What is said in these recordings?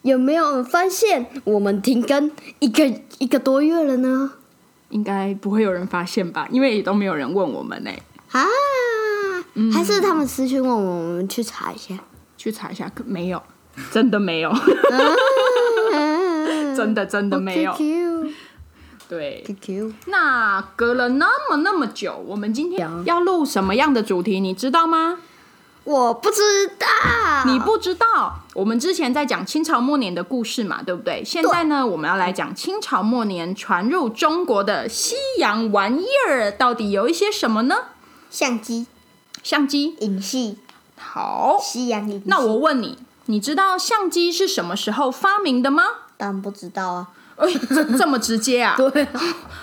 有没有发现我们停更一个一个多月了呢？应该不会有人发现吧？因为也都没有人问我们呢、啊，嗯还是他们私讯问我，我们去查一下。去查一下，可没有，真的没有， 真的真的没有。 QQ 啊对，QQ，那隔了那么那么久，我们今天要录什么样的主题，你知道吗？我不知道。啊你不知道，我们之前在讲清朝末年的故事嘛，对不对？现在呢，我们要来讲清朝末年传入中国的西洋玩意儿到底有一些什么呢？相机、相机，影戏、好，西洋影戏，那我问你，你知道相机是什么时候发明的吗？当然不知道啊。哎，这这么直接啊？对，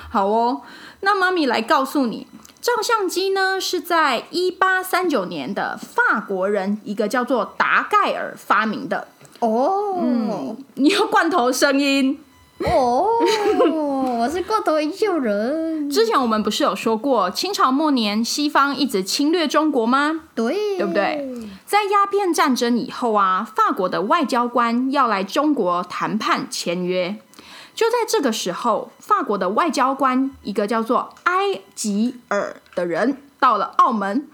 好哦，那妈咪来告诉你，照相机呢是在一八三九年的法国人一个叫做达盖尔发明的。哦你要罐头声音？哦， 我是过头一秀人，之前我们不是有说过，清朝末年西方一直侵略中国吗？对，对不对？？在鸦片战争以后啊，法国的外交官要来中国谈判签约。就在这个时候，法国的外交官一个叫做埃吉尔的人到了澳门，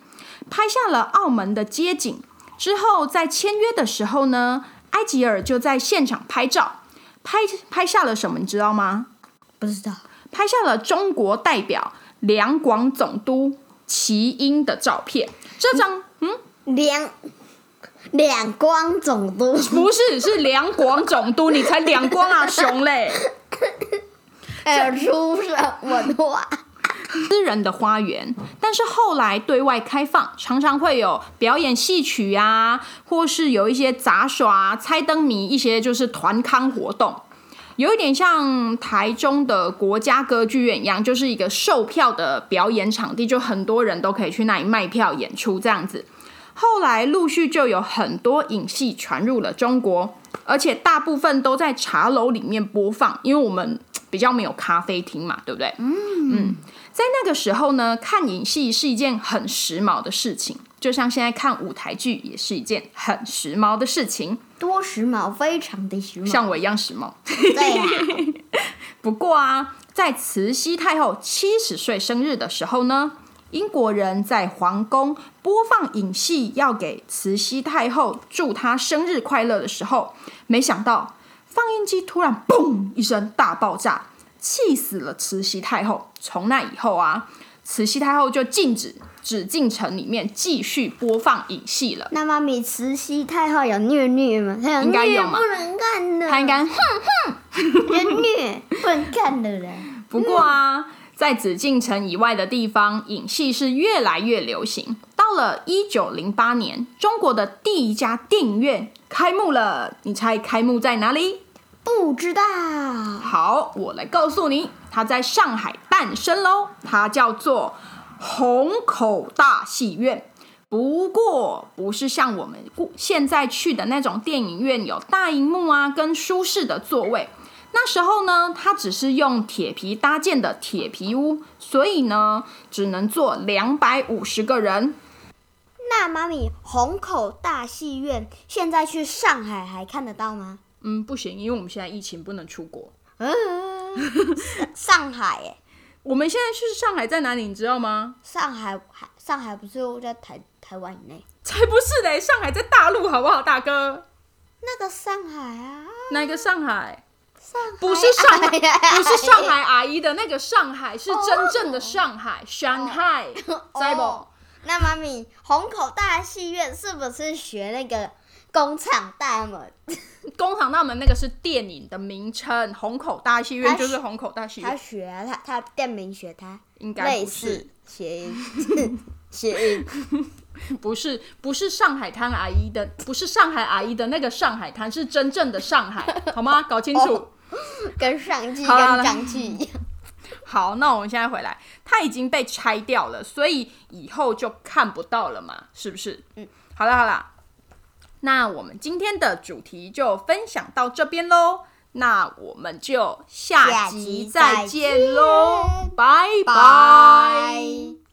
拍下了澳门的街景。之后在签约的时候呢，埃吉尔就在现场拍照，拍拍下了什么，你知道吗？不知道。拍下了中国代表两广总督齐英的照片。这张，嗯，两两光总督，不是，是两广总督，你才两光啊，熊嘞！ 哎，出什么话？私人的花园，但是后来对外开放，常常会有表演戏曲啊，或是有一些杂耍、啊、猜灯谜，一些就是团康活动。有一点像台中的国家歌剧院一样，就是一个售票的表演场地，就很多人都可以去那里卖票演出这样子。后来陆续就有很多影戏传入了中国，而且大部分都在茶楼里面播放，因为我们嘖比较没有咖啡厅嘛，对不对？嗯嗯在那个时候呢，看影戏是一件很时髦的事情，就像现在看舞台剧也是一件很时髦的事情，多时髦，非常的时髦。像我一样时髦。对啊呀、不过啊，在慈禧太后七十岁生日的时候呢，英国人在皇宫播放影戏，要给慈禧太后祝她生日快乐的时候，没想到放映机突然嘣一声大爆炸，气死了慈禧太后。从那以后啊，慈禧太后就禁止紫禁城里面继续播放影戏了。那妈咪慈禧太后有虐虐吗？她有应该虐有嘛不能看的，她应该有虐不能看的人。不过啊，在紫禁城以外的地方，影戏是越来越流行。到了一九零八年，中国的第一家电影院开幕了。你猜开幕在哪里？不知道，好，我来告诉你，它在上海诞生喽。它叫做虹口大戏院。不过不是像我们过现在去的那种电影院有大荧幕啊，跟舒适的座位。那时候呢，它只是用铁皮搭建的铁皮屋，所以呢，只能坐两百五十个人。那妈咪虹口大戏院现在去上海还看得到吗？嗯，不行，因为我们现在疫情不能出国。嗯，上 上海耶，我们现在去上海在哪里，你知道吗？上海还上海不是又在台台湾以内？才不是嘞，上海在大陆，好不好，大哥？那个上海啊，哪一个上海？不是上海，不不是上海阿姨的那个上海，是真正的上海，Shanghai，在不哦？ 那妈咪，虹口大戏院是不是学那个工厂大门？工厂大门那个是电影的名称，虹口大戏院它就是虹口大戏他院，学啊他他店名学他，应该类不是似，谐音 谐音。不是，不是上海滩阿姨的，不是上海阿姨的那个上海滩，是真正的上海，好吗？搞清哦楚。跟上季好跟啦上季一样，好，那我们现在回来，它已经被拆掉了，所以以后就看不到了嘛，是不是？嗯，好啦好啦，那我们今天的主题就分享到这边喽，那我们就下下集集再再见喽，拜拜。拜。